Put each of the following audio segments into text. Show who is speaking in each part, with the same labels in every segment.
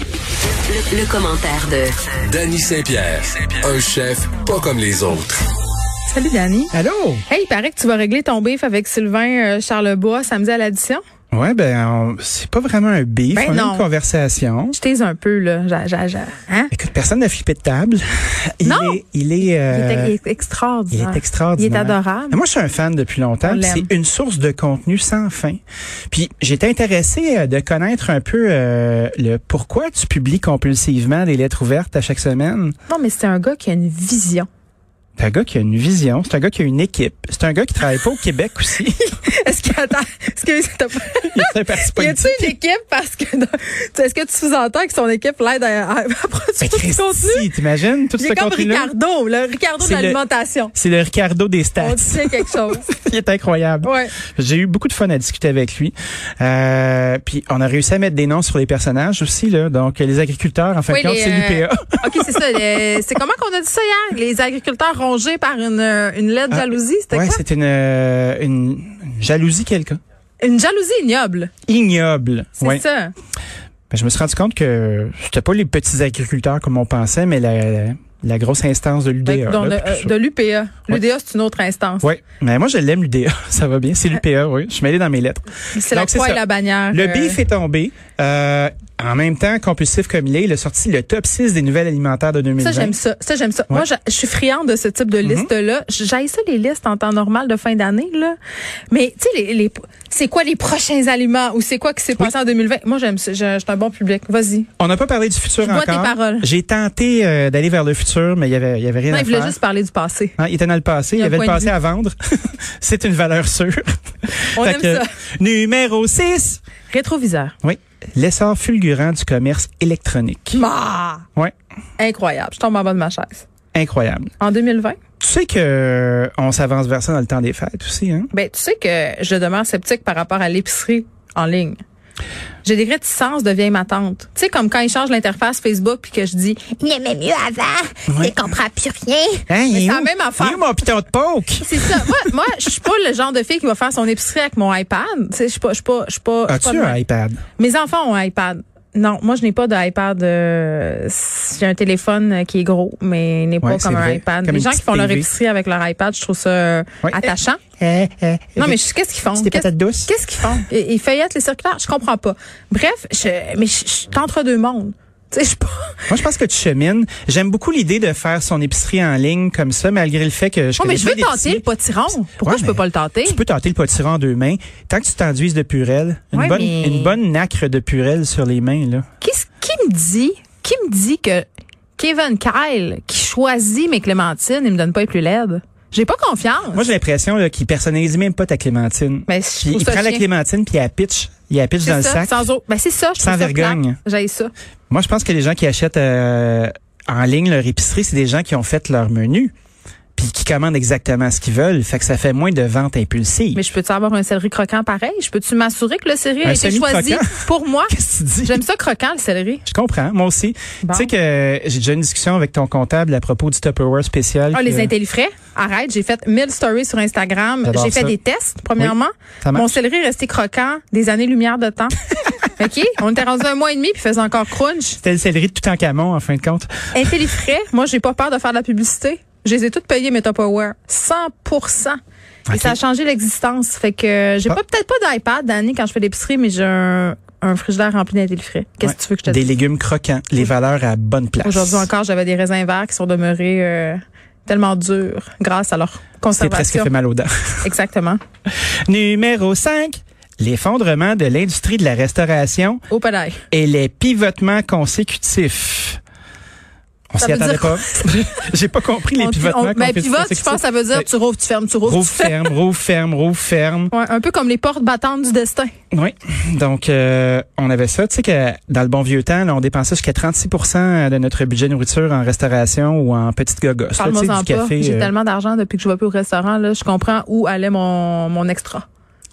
Speaker 1: Le, le commentaire de
Speaker 2: Danny Saint-Pierre, un chef pas comme les autres.
Speaker 3: Salut, Danny.
Speaker 4: Allô?
Speaker 3: Hey, il paraît que tu vas régler ton bif avec Sylvain euh, Charlebois samedi à l'addition.
Speaker 4: Ouais, ben, on- c'est pas vraiment un beef,
Speaker 3: Ben
Speaker 4: on a
Speaker 3: non.
Speaker 4: une conversation.
Speaker 3: Je t'aise un peu, là. Ja- ja- ja- Hein?
Speaker 4: Écoute, personne n'a flippé de table. Il
Speaker 3: Non.
Speaker 4: est, il est,
Speaker 3: Il
Speaker 4: euh,
Speaker 3: est- il est
Speaker 4: il
Speaker 3: extraordinaire.
Speaker 4: est extraordinaire.
Speaker 3: Il est adorable.
Speaker 4: Mais Moi, je suis un fan depuis longtemps.
Speaker 3: On
Speaker 4: puis
Speaker 3: l'aime.
Speaker 4: C'est une source de contenu sans fin. Puis, j'étais intéressé euh, de connaître un peu euh, le pourquoi tu publies compulsivement des lettres ouvertes à chaque semaine.
Speaker 3: Non, mais c'est un gars qui a une vision.
Speaker 4: C'est un gars qui a une vision, c'est un gars qui a une équipe, c'est un gars qui travaille pas au Québec aussi.
Speaker 3: Est-ce que, attends, est-ce que t'as pas-
Speaker 4: il est un parti
Speaker 3: Y
Speaker 4: politique.
Speaker 3: a-tu une équipe parce que, dans- est-ce que tu sous-entends que son équipe l'aide à, à- à
Speaker 4: Ben,
Speaker 3: produire du contenu?
Speaker 4: Christy, t'imagines tout
Speaker 3: Il
Speaker 4: ce
Speaker 3: est comme
Speaker 4: contenu-là?
Speaker 3: Ricardo, le Ricardo de
Speaker 4: C'est le-
Speaker 3: l'alimentation.
Speaker 4: C'est le Ricardo des stats.
Speaker 3: On tient quelque chose.
Speaker 4: Il est incroyable.
Speaker 3: Ouais.
Speaker 4: J'ai eu beaucoup de fun à discuter avec lui. Euh, puis on a réussi à mettre des noms sur les personnages aussi là. Donc les agriculteurs, en fin
Speaker 3: Oui,
Speaker 4: de compte,
Speaker 3: les,
Speaker 4: c'est
Speaker 3: euh,
Speaker 4: l'UPA.
Speaker 3: OK, c'est ça. le- c'est comment qu'on a dit ça hier? Les agriculteurs rongés par une, euh, une lettre de
Speaker 4: Ah,
Speaker 3: jalousie, c'était
Speaker 4: ouais,
Speaker 3: quoi?
Speaker 4: c'est une, euh, une une jalousie quelqu'un.
Speaker 3: Une jalousie ignoble.
Speaker 4: Ignoble.
Speaker 3: C'est
Speaker 4: Ouais.
Speaker 3: ça.
Speaker 4: Ben, je me suis rendu compte que c'était pas les petits agriculteurs comme on pensait, mais la, la grosse instance de l'UDA.
Speaker 3: Fait que
Speaker 4: là,
Speaker 3: dans le-
Speaker 4: puis tout
Speaker 3: euh,
Speaker 4: ça.
Speaker 3: de l'UPA. L'UDA, c'est une autre instance.
Speaker 4: Oui, mais moi je l'aime l'UDA, ça va bien, c'est
Speaker 3: Euh,
Speaker 4: l'UPA, oui. Je suis mêlé dans mes lettres.
Speaker 3: C'est la
Speaker 4: Donc, c'est
Speaker 3: croix et
Speaker 4: ça.
Speaker 3: la bannière.
Speaker 4: Le
Speaker 3: euh,
Speaker 4: bif est tombé. Euh, en même temps, compulsif comme il est, il a sorti le top 6 des nouvelles alimentaires de 2020.
Speaker 3: Ça, j'aime ça. Ça, j'aime ça.
Speaker 4: Ouais. Mhm.
Speaker 3: Moi, j'a- je suis friande de ce type de liste-là. J'aille ça, les listes en temps normal de fin d'année, là. Mais, tu sais, les, les- c'est quoi les prochains aliments ou c'est quoi qui s'est passé en 2020? Moi, j'aime ça. Je, je suis un bon public. Vas-y.
Speaker 4: On n'a pas parlé du futur
Speaker 3: Je bois
Speaker 4: encore.
Speaker 3: tes paroles.
Speaker 4: J'ai tenté euh, d'aller vers le futur, mais il y avait, il y avait rien
Speaker 3: Non,
Speaker 4: à
Speaker 3: il voulait
Speaker 4: faire.
Speaker 3: juste parler du passé.
Speaker 4: Hein, il était dans le passé,
Speaker 3: Il y
Speaker 4: il y
Speaker 3: a un
Speaker 4: avait le
Speaker 3: point de
Speaker 4: passé
Speaker 3: vue.
Speaker 4: à vendre. C'est une valeur sûre.
Speaker 3: On
Speaker 4: Fait
Speaker 3: aime
Speaker 4: que,
Speaker 3: ça.
Speaker 4: Numéro 6.
Speaker 3: Rétroviseur.
Speaker 4: Oui, l'essor fulgurant du commerce électronique.
Speaker 3: Ah!
Speaker 4: Ouais,
Speaker 3: Incroyable. Je tombe en bas de ma chaise.
Speaker 4: incroyable.
Speaker 3: En 2020,
Speaker 4: Tu sais que euh, on s'avance vers ça dans le temps des fêtes aussi, hein?
Speaker 3: ben, tu sais que je demeure sceptique par rapport à l'épicerie en ligne. J'ai des réticences de vieille ma tante. Tu sais, comme quand ils changent l'interface Facebook puis que je dis, Eh,
Speaker 5: Il aimait mieux avant.
Speaker 4: Ouais.
Speaker 5: Il comprend plus rien.
Speaker 4: Hein, il
Speaker 3: Mais c'est
Speaker 4: est
Speaker 3: la
Speaker 4: où?
Speaker 3: même affaire.
Speaker 4: Il est où mon piton de poke?
Speaker 3: C'est ça. Moi, moi je suis pas le genre de fille qui va faire son épicerie avec mon iPad. Tu sais, Je suis pas, je suis pas, je suis pas. je suis pas
Speaker 4: As-tu
Speaker 3: de
Speaker 4: un
Speaker 3: même.
Speaker 4: iPad?
Speaker 3: Mes enfants ont un iPad. Non, moi je n'ai pas d'iPad. euh, j'ai un téléphone euh, qui est gros, mais il n'est
Speaker 4: Ouais,
Speaker 3: pas comme
Speaker 4: c'est
Speaker 3: un
Speaker 4: vrai.
Speaker 3: iPad.
Speaker 4: Comme
Speaker 3: Les
Speaker 4: une
Speaker 3: gens qui
Speaker 4: petite
Speaker 3: font leur
Speaker 4: TV.
Speaker 3: épicerie avec leur iPad, je trouve ça euh,
Speaker 4: Ouais.
Speaker 3: attachant. non, mais Euh, je- qu'est-ce qu'ils font
Speaker 4: C'est des
Speaker 3: Qu'est-ce-
Speaker 4: patates douces.
Speaker 3: Qu'est-ce qu'ils font ils, ils feuillettent les circulaires. Je comprends pas. Bref, je, mais je, je suis entre deux mondes. Tu sais, je suis pas.
Speaker 4: Moi, je pense que tu chemines. J'aime beaucoup l'idée de faire son épicerie en ligne comme ça, malgré le fait que je
Speaker 3: Oh, mais
Speaker 4: connais
Speaker 3: je
Speaker 4: pas
Speaker 3: veux
Speaker 4: des
Speaker 3: tenter le
Speaker 4: petits-
Speaker 3: potiron. Pourquoi
Speaker 4: Ouais,
Speaker 3: je peux
Speaker 4: mais
Speaker 3: pas le tenter
Speaker 4: Tu peux tenter le potiron en deux mains. Tant que tu t'enduises de purelle, une,
Speaker 3: Ouais,
Speaker 4: bonne,
Speaker 3: mais-
Speaker 4: une bonne nacre de purelle sur les mains, là.
Speaker 3: Qu'est-ce qui me dit qui me dit que Kevin Kyle qui choisit mes clémentines, il me donne pas les plus laides. J'ai pas confiance.
Speaker 4: Moi, j'ai l'impression là, qu'il personnalise même pas ta clémentine.
Speaker 3: Mais je
Speaker 4: Puis
Speaker 3: trouve
Speaker 4: il
Speaker 3: ça
Speaker 4: prend la
Speaker 3: chien.
Speaker 4: clémentine puis il la pitch. Il la pitch
Speaker 3: C'est
Speaker 4: dans le
Speaker 3: ça,
Speaker 4: sac.
Speaker 3: Sans, eau. Ben, c'est ça, je
Speaker 4: Sans
Speaker 3: trouve ça
Speaker 4: vergogne.
Speaker 3: plate. J'haïs ça.
Speaker 4: Moi, je pense que les gens qui achètent euh, en ligne leur épicerie, c'est des gens qui ont fait leur menu puis qui commandent exactement ce qu'ils veulent. Fait que ça fait moins de ventes impulsives.
Speaker 3: Mais je peux-tu avoir un céleri croquant pareil? Je peux-tu m'assurer que le céleri
Speaker 4: Un
Speaker 3: a été choisi
Speaker 4: semi-croquant?
Speaker 3: pour moi?
Speaker 4: Qu'est-ce que tu dis?
Speaker 3: J'aime ça croquant, le céleri.
Speaker 4: Je comprends, moi aussi.
Speaker 3: Bon.
Speaker 4: Tu sais que euh, j'ai déjà eu une discussion avec ton comptable à propos du Tupperware spécial.
Speaker 3: Ah, les
Speaker 4: que-
Speaker 3: intellifrais, arrête, j'ai fait 1000 stories sur Instagram.
Speaker 4: J'adore
Speaker 3: J'ai fait
Speaker 4: ça.
Speaker 3: des tests, premièrement.
Speaker 4: ça marche.
Speaker 3: Mon céleri est resté croquant des années-lumière de temps. OK? On était rendu un mois et demi puis il faisait encore crunch.
Speaker 4: C'était le céleri de tout en camon, en fin de compte.
Speaker 3: Intellifrais, moi, j'ai pas peur de faire de la publicité. Je les ai toutes payées, mes Tupperware. 100 Et
Speaker 4: Ok.
Speaker 3: ça a changé l'existence. Fait que j'ai
Speaker 4: Ah.
Speaker 3: pas peut-être pas d'iPad, Danny, quand je fais l'épicerie, mais j'ai un, un frigidaire rempli d'intellifrais. Qu'est-ce que
Speaker 4: Ouais.
Speaker 3: tu veux que je te
Speaker 4: Des
Speaker 3: dise?
Speaker 4: légumes croquants, les valeurs à bonne place.
Speaker 3: Aujourd'hui encore, j'avais des raisins verts qui sont demeurés euh, tellement durs grâce à leur
Speaker 4: C'est presque
Speaker 3: conservation.
Speaker 4: fait mal aux dents.
Speaker 3: Exactement.
Speaker 4: Numéro 5. L'effondrement de l'industrie de la restauration
Speaker 3: Au palais.
Speaker 4: et les pivotements consécutifs. On
Speaker 3: Ça
Speaker 4: s'y
Speaker 3: veut
Speaker 4: attendait
Speaker 3: dire
Speaker 4: pas. J'ai pas compris les
Speaker 3: On-
Speaker 4: pivotements
Speaker 3: on- ben,
Speaker 4: confé-
Speaker 3: pivote, je
Speaker 4: consécutifs.
Speaker 3: pense que ça veut dire
Speaker 4: Ben,
Speaker 3: tu rouvres, tu fermes, tu rouvres,
Speaker 4: Rouvre
Speaker 3: tu fermes.
Speaker 4: ferme, rouvre ferme, rouvre ferme.
Speaker 3: Ouais, un peu comme les portes battantes du destin.
Speaker 4: Oui. Donc, euh, on avait ça. Tu sais que dans le bon vieux temps, là, on dépensait jusqu'à 36 de notre budget nourriture en restauration ou en petite gogos. là, tu sais,
Speaker 3: Parle-moi-en
Speaker 4: du
Speaker 3: pas.
Speaker 4: café,
Speaker 3: J'ai
Speaker 4: euh,
Speaker 3: tellement d'argent depuis que je vais plus au restaurant, là, je comprends où allait mon, mon extra.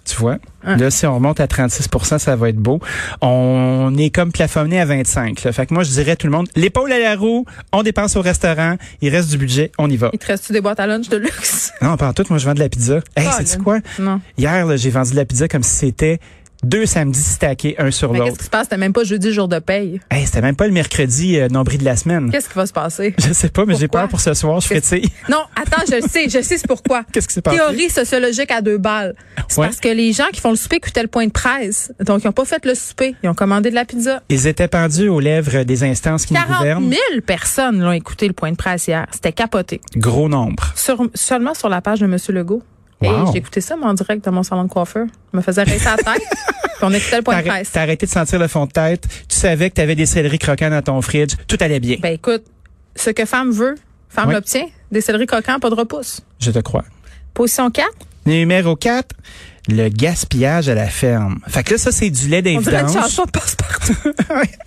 Speaker 4: tu vois.
Speaker 3: Hein.
Speaker 4: Là, si on remonte à 36 ça va être beau. On est comme plafonné à 25 là. Fait que moi, je dirais à tout le monde, l'épaule à la roue, on dépense au restaurant, il reste du budget, on y va.
Speaker 3: Il te reste-tu des boîtes à lunch de luxe?
Speaker 4: Non, par tout, moi, je vends de la pizza. Hey,
Speaker 3: Ah,
Speaker 4: c'est
Speaker 3: là.
Speaker 4: quoi?
Speaker 3: Non.
Speaker 4: Hier, là, j'ai vendu de la pizza comme si c'était Deux samedis stackés, un sur
Speaker 3: Mais Ben, qu'est-ce
Speaker 4: l'autre.
Speaker 3: qui se passe? C'était même pas jeudi jour de paye.
Speaker 4: Hey, c'était même pas le mercredi euh, nombril de la semaine.
Speaker 3: Qu'est-ce qui va se passer?
Speaker 4: Je sais pas, mais j'ai
Speaker 3: Pourquoi?
Speaker 4: peur pour ce soir. Je
Speaker 3: Qu'est-ce-
Speaker 4: frétille.
Speaker 3: Non, attends, je le sais, je sais c'est pourquoi.
Speaker 4: Qu'est-ce qui s'est passé?
Speaker 3: Théorie sociologique à deux balles. C'est
Speaker 4: Ouais.
Speaker 3: parce que les gens qui font le souper coûtaient le point de presse. Donc, ils n'ont pas fait le souper. Ils ont commandé de la pizza.
Speaker 4: Ils étaient pendus aux lèvres des instances qui nous
Speaker 3: 40 000
Speaker 4: gouvernent.
Speaker 3: personnes l'ont écouté le point de presse hier. C'était capoté.
Speaker 4: Gros nombre.
Speaker 3: Sur- seulement sur la page de M. Legault. Et
Speaker 4: Wow.
Speaker 3: j'ai écouté ça, mais en direct dans mon salon de coiffeur. Je me faisait rincer la tête. puis on écoutait le point de
Speaker 4: T'as
Speaker 3: presse.
Speaker 4: t'as arrêté de sentir le fond de tête. Tu savais que t'avais des céleris croquants dans ton fridge. Tout allait bien.
Speaker 3: Ben, écoute, ce que femme veut, femme
Speaker 4: Oui.
Speaker 3: l'obtient. Des céleris croquants, pas de repousse.
Speaker 4: Je te crois.
Speaker 3: Position 4.
Speaker 4: Numéro 4, le gaspillage à la ferme. Fait que là, ça, c'est du lait
Speaker 3: On dirait une
Speaker 4: d'évidence.
Speaker 3: chanson de passe-partout.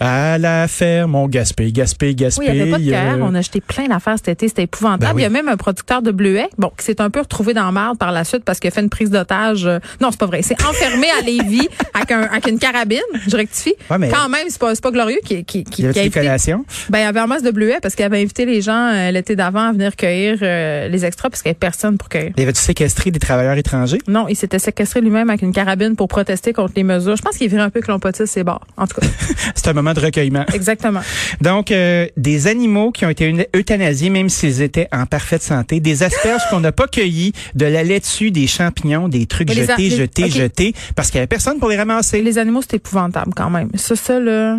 Speaker 4: à la ferme, on gaspille, gaspille,
Speaker 3: Oui,
Speaker 4: gaspille.
Speaker 3: il n'y avait pas de cœur.
Speaker 4: euh,
Speaker 3: On a jeté plein d'affaires cet été. C'était épouvantable.
Speaker 4: Ben oui.
Speaker 3: Il y a même un producteur de bleuets, bon, qui s'est un peu retrouvé dans la marde par la suite parce qu'il a fait une prise d'otage. euh, Non, c'est pas vrai. C'est enfermé à Lévis avec, un- avec une carabine. Je rectifie.
Speaker 4: Ouais, mais-
Speaker 3: Quand même, c'est pas, c'est pas glorieux qui, qui,
Speaker 4: Il
Speaker 3: qui,
Speaker 4: y avait
Speaker 3: qui a
Speaker 4: des
Speaker 3: invité-
Speaker 4: collations.
Speaker 3: Ben, il y avait un masse de bleuets parce qu'il avait invité les gens euh, l'été d'avant à venir cueillir euh, les extras parce qu'il n'y avait personne pour cueillir.
Speaker 4: Il y avait-tu séquestré des travailleurs étrangers?
Speaker 3: Non, il s'était séquestré lui-même avec une carabine pour protester contre les mesures. Je pense qu'il virait un peu que l'on potisse ses bars. En tout cas,
Speaker 4: C'est un moment de recueillement.
Speaker 3: exactement.
Speaker 4: Donc, euh, des animaux qui ont été euna- euthanasiés, même s'ils étaient en parfaite santé, des asperges qu'on n'a pas cueillies, de la laitue, des champignons, des trucs
Speaker 3: Mais les a-
Speaker 4: jetés,
Speaker 3: les-
Speaker 4: jetés,
Speaker 3: ok.
Speaker 4: jetés, parce qu'il y avait personne pour les ramasser.
Speaker 3: Les animaux, c'est épouvantable quand même. Ça, ça, là.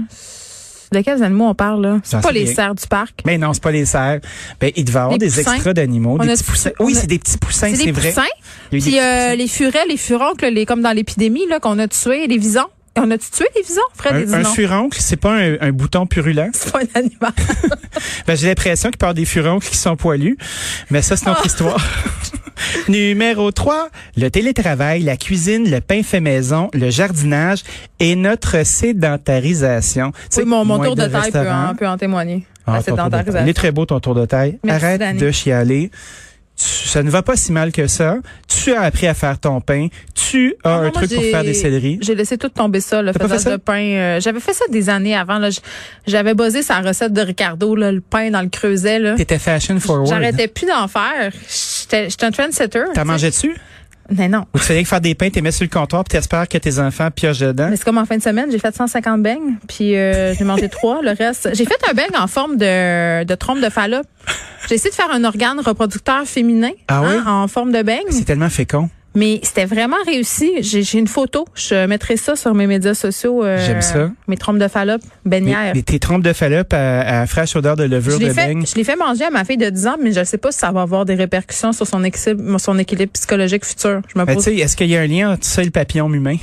Speaker 3: De quels animaux on parle, là?
Speaker 4: J'en
Speaker 3: C'est pas
Speaker 4: sais
Speaker 3: les
Speaker 4: rien.
Speaker 3: cerfs du parc.
Speaker 4: Mais non, c'est pas les cerfs. Ben, il devait avoir
Speaker 3: Les
Speaker 4: des
Speaker 3: poussins.
Speaker 4: extras d'animaux,
Speaker 3: On
Speaker 4: des
Speaker 3: a-
Speaker 4: petits poussins. Oui,
Speaker 3: on a-
Speaker 4: c'est des petits poussins,
Speaker 3: C'est
Speaker 4: Ben, c'est
Speaker 3: des
Speaker 4: vrai.
Speaker 3: poussins.
Speaker 4: Il y a eu des
Speaker 3: Puis
Speaker 4: petits
Speaker 3: euh, les furets, les furoncles, les, comme dans l'épidémie, là, qu'on a tué, les visons. On a-tu tué les visons, Fred? Il dit
Speaker 4: Un, un
Speaker 3: non.
Speaker 4: furoncle, c'est pas un, un bouton purulent.
Speaker 3: C'est pas un animal.
Speaker 4: Ben, j'ai l'impression qu'il parle des furoncles qui sont poilus. Mais ça, c'est
Speaker 3: Ah!
Speaker 4: notre histoire. Numéro 3, le télétravail, la cuisine, le pain fait maison, le jardinage et notre sédentarisation. Tu sais,
Speaker 3: Oui, mon, mon
Speaker 4: moins
Speaker 3: tour de taille peut
Speaker 4: restaurants.
Speaker 3: en, peut en témoigner.
Speaker 4: Ah,
Speaker 3: à
Speaker 4: ton
Speaker 3: cette
Speaker 4: tour de taille.
Speaker 3: dentarisation.
Speaker 4: Il est très beau ton tour de taille.
Speaker 3: Merci,
Speaker 4: Arrête
Speaker 3: Dani.
Speaker 4: de chialer. Tu- ça ne va pas si mal que ça. Tu as appris à faire ton pain. Tu as
Speaker 3: Ah non,
Speaker 4: un
Speaker 3: moi,
Speaker 4: truc pour
Speaker 3: j'ai-
Speaker 4: faire des céleris.
Speaker 3: J'ai laissé tout tomber ça, le
Speaker 4: T'as pas
Speaker 3: faisage
Speaker 4: fait ça?
Speaker 3: de pain. euh, J'avais fait ça des années avant. là. J- J'avais buzzé sa recette de Ricardo, là, le pain dans le creuset. Là.
Speaker 4: T'étais fashion forward.
Speaker 3: J'arrêtais plus d'en faire. J'étais j'étais un trendsetter.
Speaker 4: hein. T'as
Speaker 3: tu sais.
Speaker 4: mangé Hein? dessus?
Speaker 3: Mais non.
Speaker 4: Ou tu faisais que faire des pains, t'es mis sur le comptoir puis t'espères que tes enfants piochent dedans?
Speaker 3: Mais c'est comme en fin de semaine, j'ai fait 150 beignes, puis euh, j'ai mangé trois. Le reste, j'ai fait un beigne en forme de, de trompe de fallop. J'ai essayé de faire un organe reproducteur féminin hein,
Speaker 4: Ah oui?
Speaker 3: en forme de beigne,
Speaker 4: C'est tellement fécond.
Speaker 3: mais c'était vraiment réussi. J'ai j'ai une photo, je mettrai ça sur mes médias sociaux. euh,
Speaker 4: J'aime ça.
Speaker 3: Mes trompes de fallop
Speaker 4: Mais,
Speaker 3: beignières.
Speaker 4: mais tes trompes de fallop à, à fraîche odeur de
Speaker 3: Je
Speaker 4: levure de
Speaker 3: l'ai fait,
Speaker 4: beigne.
Speaker 3: je l'ai fait manger à ma fille de 10 ans, mais je ne sais pas si ça va avoir des répercussions sur son, équilibre- son équilibre psychologique futur. Je me
Speaker 4: Ben, tu
Speaker 3: pose
Speaker 4: sais, est-ce qu'il y a un lien entre ça et le papillon humain?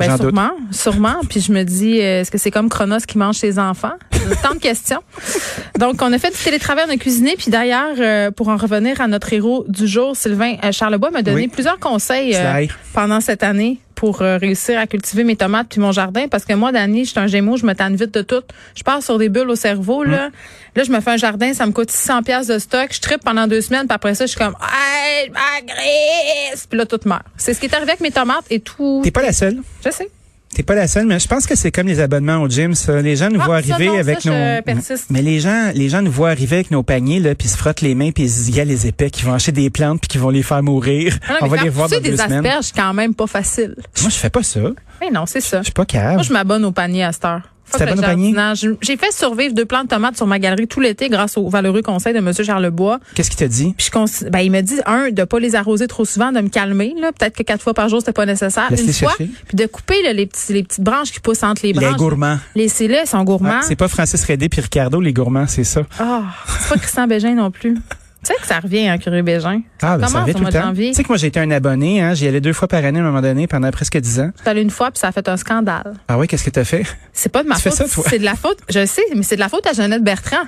Speaker 4: J'en
Speaker 3: Ben
Speaker 4: doute.
Speaker 3: sûrement, sûrement. Puis je me dis, euh, est-ce que c'est comme Chronos qui mange ses enfants? Euh, Tant de questions. Donc, on a fait du télétravail, on a cuisiné. Puis d'ailleurs, euh, pour en revenir à notre héros du jour, Sylvain euh, Charlebois m'a donné
Speaker 4: Oui.
Speaker 3: plusieurs conseils euh,
Speaker 4: Slayer.
Speaker 3: pendant cette année pour euh, réussir à cultiver mes tomates puis mon jardin. Parce que moi, Dani, je suis un gémeau, je me tanne vite de tout. Je pars sur des bulles au cerveau. Là,
Speaker 4: Mm.
Speaker 3: là je me fais un jardin, ça me coûte 600 pièces de stock. Je tripe pendant deux semaines. Puis après ça, je suis comme, hey, je m'agresse. Puis là, tout meurt. C'est ce qui est arrivé avec mes tomates et tout.
Speaker 4: T'es pas la seule.
Speaker 3: Je sais.
Speaker 4: T'es pas la seule, mais je pense que c'est comme les abonnements au gym, ça. Les gens nous
Speaker 3: Ah,
Speaker 4: voient
Speaker 3: ça,
Speaker 4: arriver
Speaker 3: non, ça,
Speaker 4: avec
Speaker 3: je
Speaker 4: nos.
Speaker 3: persiste.
Speaker 4: Mais les gens, les gens nous voient arriver avec nos paniers, là, puis ils se frottent les mains, puis ils se disent, il y a les épais qui vont acheter des plantes, puis qui vont les faire mourir.
Speaker 3: Ah non,
Speaker 4: On
Speaker 3: mais
Speaker 4: va
Speaker 3: faire
Speaker 4: les voir
Speaker 3: pousser
Speaker 4: dans deux
Speaker 3: des
Speaker 4: semaines.
Speaker 3: asperges, c'est quand même pas facile.
Speaker 4: Moi, je fais pas ça.
Speaker 3: Mais non, c'est ça.
Speaker 4: Je suis pas
Speaker 3: Moi,
Speaker 4: capable.
Speaker 3: je m'abonne au panier à cette heure. Fuck
Speaker 4: t'abonnes
Speaker 3: le
Speaker 4: au panier?
Speaker 3: jardinage. J'ai fait survivre deux plants de tomates sur ma galerie tout l'été grâce au valeureux conseil de M. Charlebois.
Speaker 4: Qu'est-ce qu'il te dit?
Speaker 3: Puis je consi- ben, il me dit, un, de pas les arroser trop souvent, de me calmer. là. Peut-être que quatre fois par jour, c'était pas nécessaire.
Speaker 4: Laisse-les
Speaker 3: Une fois.
Speaker 4: chercher.
Speaker 3: Puis de couper là, les, petits, les petites branches qui poussent entre les branches.
Speaker 4: Les gourmands.
Speaker 3: Laissez-les, ils sont gourmands.
Speaker 4: Ah, c'est pas Francis Redé puis Ricardo, les gourmands, c'est ça.
Speaker 3: Ah, c'est pas Christian Bégin non plus. Tu sais que ça revient, hein, Curieux Bégin.
Speaker 4: Ah, ben,
Speaker 3: Comment,
Speaker 4: ça revient
Speaker 3: au
Speaker 4: tout
Speaker 3: mois
Speaker 4: le
Speaker 3: de
Speaker 4: temps.
Speaker 3: janvier?
Speaker 4: Tu sais que moi, j'ai été un abonné, hein. J'y allais deux fois par année à un moment donné pendant presque dix ans.
Speaker 3: Je suis allée une fois, puis ça a fait un scandale.
Speaker 4: Ah oui, qu'est-ce que t'as fait?
Speaker 3: C'est pas de ma
Speaker 4: Tu fais
Speaker 3: faute.
Speaker 4: ça, toi?
Speaker 3: C'est de la faute. Je sais, mais c'est de la faute à Jeannette Bertrand.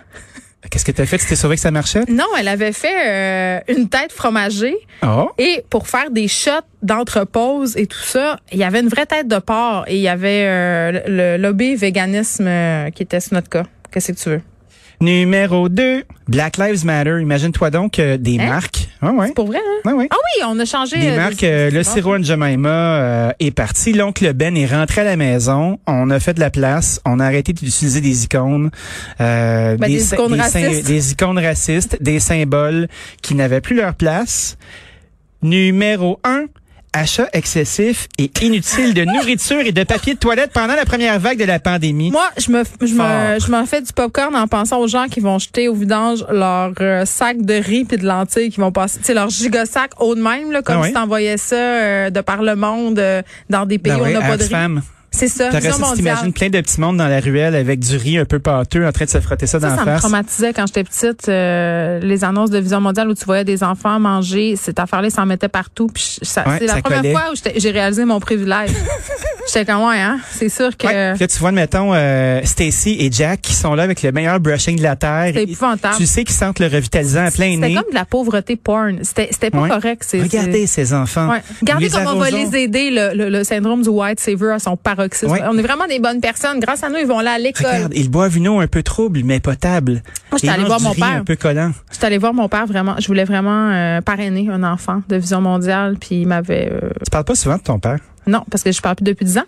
Speaker 4: Qu'est-ce que t'as fait? Tu t'es sauvé que ça marchait?
Speaker 3: Non, elle avait fait euh, une tête fromagée.
Speaker 4: Oh.
Speaker 3: Et pour faire des shots d'entrepose et tout ça, il y avait une vraie tête de porc et il y avait euh, le le lobby véganisme euh, qui était sur notre cas. Qu'est-ce que tu veux?
Speaker 4: Numéro 2, Black Lives Matter. Imagine-toi donc euh, des
Speaker 3: Hein?
Speaker 4: marques. Ah ouais.
Speaker 3: Pour vrai, hein?
Speaker 4: Ah ouais.
Speaker 3: Ah oui, on a changé.
Speaker 4: Des
Speaker 3: euh,
Speaker 4: marques,
Speaker 3: des-
Speaker 4: euh, le
Speaker 3: des-
Speaker 4: sirop en Jemima euh, est parti. L'oncle Ben est rentré à la maison. On a fait de la place. On a arrêté d'utiliser des icônes. euh,
Speaker 3: Ben, des
Speaker 4: sy-
Speaker 3: icônes
Speaker 4: sy-
Speaker 3: racistes.
Speaker 4: des icônes racistes, des symboles qui n'avaient plus leur place. Numéro un, achat excessif et inutile de nourriture et de papier de toilette pendant la première vague de la pandémie.
Speaker 3: Moi, je me, je me,
Speaker 4: Fort.
Speaker 3: je m'en fais du popcorn en pensant aux gens qui vont jeter au vidange leur euh, sac de riz puis de lentilles qui vont passer, tu sais, leur gigasac haut de même, là, comme
Speaker 4: Ah oui.
Speaker 3: si t'envoyais ça euh, de par le monde euh, dans des pays
Speaker 4: Ben
Speaker 3: où
Speaker 4: oui,
Speaker 3: on n'a pas de riz.
Speaker 4: Oxfam.
Speaker 3: C'est ça,
Speaker 4: T'aurais-
Speaker 3: vision
Speaker 4: tu
Speaker 3: mondiale.
Speaker 4: T'imagines plein de petits mondes dans la ruelle avec du riz un peu pâteux en train de se frotter ça,
Speaker 3: Ça, ça
Speaker 4: dans la
Speaker 3: me
Speaker 4: face.
Speaker 3: traumatisait quand j'étais petite, euh, les annonces de Vision mondiale où tu voyais des enfants manger, cette affaire-là, ils s'en mettaient partout. Puis je- ça-
Speaker 4: Ouais,
Speaker 3: c'est la
Speaker 4: ça
Speaker 3: première
Speaker 4: collait.
Speaker 3: fois où j'étais- j'ai réalisé mon privilège. j'étais comme, ouais, hein, c'est sûr que...
Speaker 4: Ouais. Puis Là, tu vois, mettons, euh, Stacy et Jack qui sont là avec le meilleur brushing de la terre.
Speaker 3: C'est
Speaker 4: Et-
Speaker 3: épouvantable.
Speaker 4: Tu sais qu'ils sentent le revitalisant à plein
Speaker 3: C'était
Speaker 4: nez.
Speaker 3: comme de la pauvreté porn. C'était c'était pas
Speaker 4: Ouais.
Speaker 3: correct. c'est-
Speaker 4: Regardez ces enfants.
Speaker 3: c'est- Ouais. Regardez
Speaker 4: Les
Speaker 3: comment on va
Speaker 4: arrosons.
Speaker 3: les aider, le, le- le syndrome du white savior à son paroxysme.
Speaker 4: Ouais.
Speaker 3: On est vraiment des bonnes personnes. Grâce à nous, ils vont aller à l'école.
Speaker 4: Regarde, ils boivent une eau un peu trouble, mais potable.
Speaker 3: Moi, j'étais
Speaker 4: Ils
Speaker 3: allée
Speaker 4: mangent
Speaker 3: voir
Speaker 4: du
Speaker 3: mon
Speaker 4: riz
Speaker 3: père.
Speaker 4: un peu collant.
Speaker 3: Je suis allée voir mon père vraiment. Je voulais vraiment euh, parrainer un enfant de vision mondiale, puis il m'avait euh,
Speaker 4: Tu parles pas souvent de ton père.
Speaker 3: non parce que je parle plus depuis 10 ans.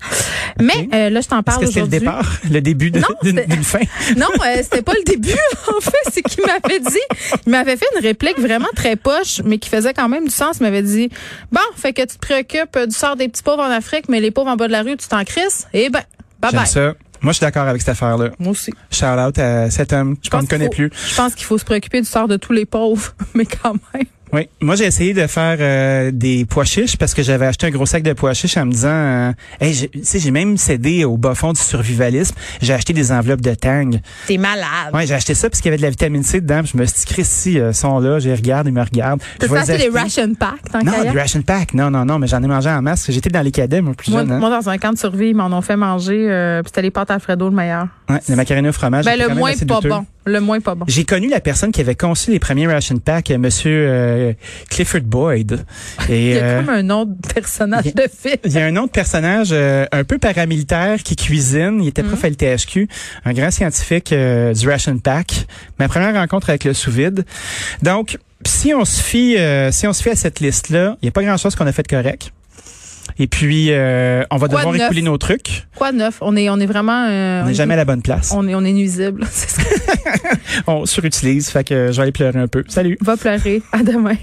Speaker 3: Mais euh, là, je t'en
Speaker 4: Est-ce
Speaker 3: parle
Speaker 4: que c'était le
Speaker 3: aujourd'hui.
Speaker 4: départ, le début de-
Speaker 3: Non,
Speaker 4: d'une
Speaker 3: c'était-
Speaker 4: d'une fin?
Speaker 3: Non, euh, c'était pas le début. En fait, c'est qu'il m'avait dit, il m'avait fait une réplique vraiment très poche, mais qui faisait quand même du sens. Il m'avait dit, bon, fait que tu te préoccupes euh, du sort des petits pauvres en Afrique, mais les pauvres en bas de la rue, tu t'en crisses. Eh ben, bye
Speaker 4: J'aime
Speaker 3: bye.
Speaker 4: ça. Moi, je suis d'accord avec cette affaire-là.
Speaker 3: Moi aussi.
Speaker 4: Shout out à cet homme qu'on ne
Speaker 3: qu'il
Speaker 4: connaît
Speaker 3: faut-
Speaker 4: plus.
Speaker 3: Je pense qu'il faut se préoccuper du sort de tous les pauvres, mais quand même.
Speaker 4: Oui. Moi, j'ai essayé de faire euh, des pois chiches parce que j'avais acheté un gros sac de pois chiches en me disant, euh, hey, j'ai- tu sais, j'ai même cédé au bas fond du survivalisme. J'ai acheté des enveloppes de tang.
Speaker 3: T'es malade.
Speaker 4: Ouais, j'ai acheté ça parce qu'il y avait de la vitamine C dedans. Puis Je me suis dit, Chris, si, euh, sont là, je les regarde, ils me regardent.
Speaker 3: T'as
Speaker 4: Je vais
Speaker 3: fait
Speaker 4: les
Speaker 3: des
Speaker 4: acheter.
Speaker 3: ration packs, tant qu'à y
Speaker 4: Non,
Speaker 3: être?
Speaker 4: du ration pack. Non, non, non, mais j'en ai mangé en masse. J'étais dans les cadets, moi, plus
Speaker 3: Moi,
Speaker 4: jeune. hein.
Speaker 3: moi, dans un camp de survie, ils m'en ont fait manger, euh, puis c'était les pâtes Alfredo le meilleur.
Speaker 4: Ouais, le macaroni au fromage.
Speaker 3: Ben,
Speaker 4: était Ah, quand
Speaker 3: le
Speaker 4: même
Speaker 3: moins
Speaker 4: assez
Speaker 3: pas
Speaker 4: douteux.
Speaker 3: bon. Le moins pas bon.
Speaker 4: J'ai connu la personne qui avait conçu les premiers ration pack, euh, Monsieur euh, Clifford Boyd. Et,
Speaker 3: Il y a
Speaker 4: euh,
Speaker 3: comme un autre personnage
Speaker 4: il-
Speaker 3: de film.
Speaker 4: Il y a un autre personnage euh, un peu paramilitaire qui cuisine. Il était
Speaker 3: Mhm.
Speaker 4: prof à l'THQ, un grand scientifique euh, du Ration Pack. Ma première rencontre avec le sous-vide. Donc, si on se fie, euh, si on se fie à cette liste-là, il n'y a pas grand-chose qu'on a fait de correct. Et puis, euh, on va
Speaker 3: Quoi de
Speaker 4: devoir
Speaker 3: neuf?
Speaker 4: écouler nos trucs.
Speaker 3: Quoi de neuf? On est, on est vraiment. euh,
Speaker 4: On n'est jamais à la bonne place.
Speaker 3: On est, on est nuisible. C'est ce que-
Speaker 4: On surutilise, fait que je vais aller pleurer un peu. Salut!
Speaker 3: Va pleurer. À demain.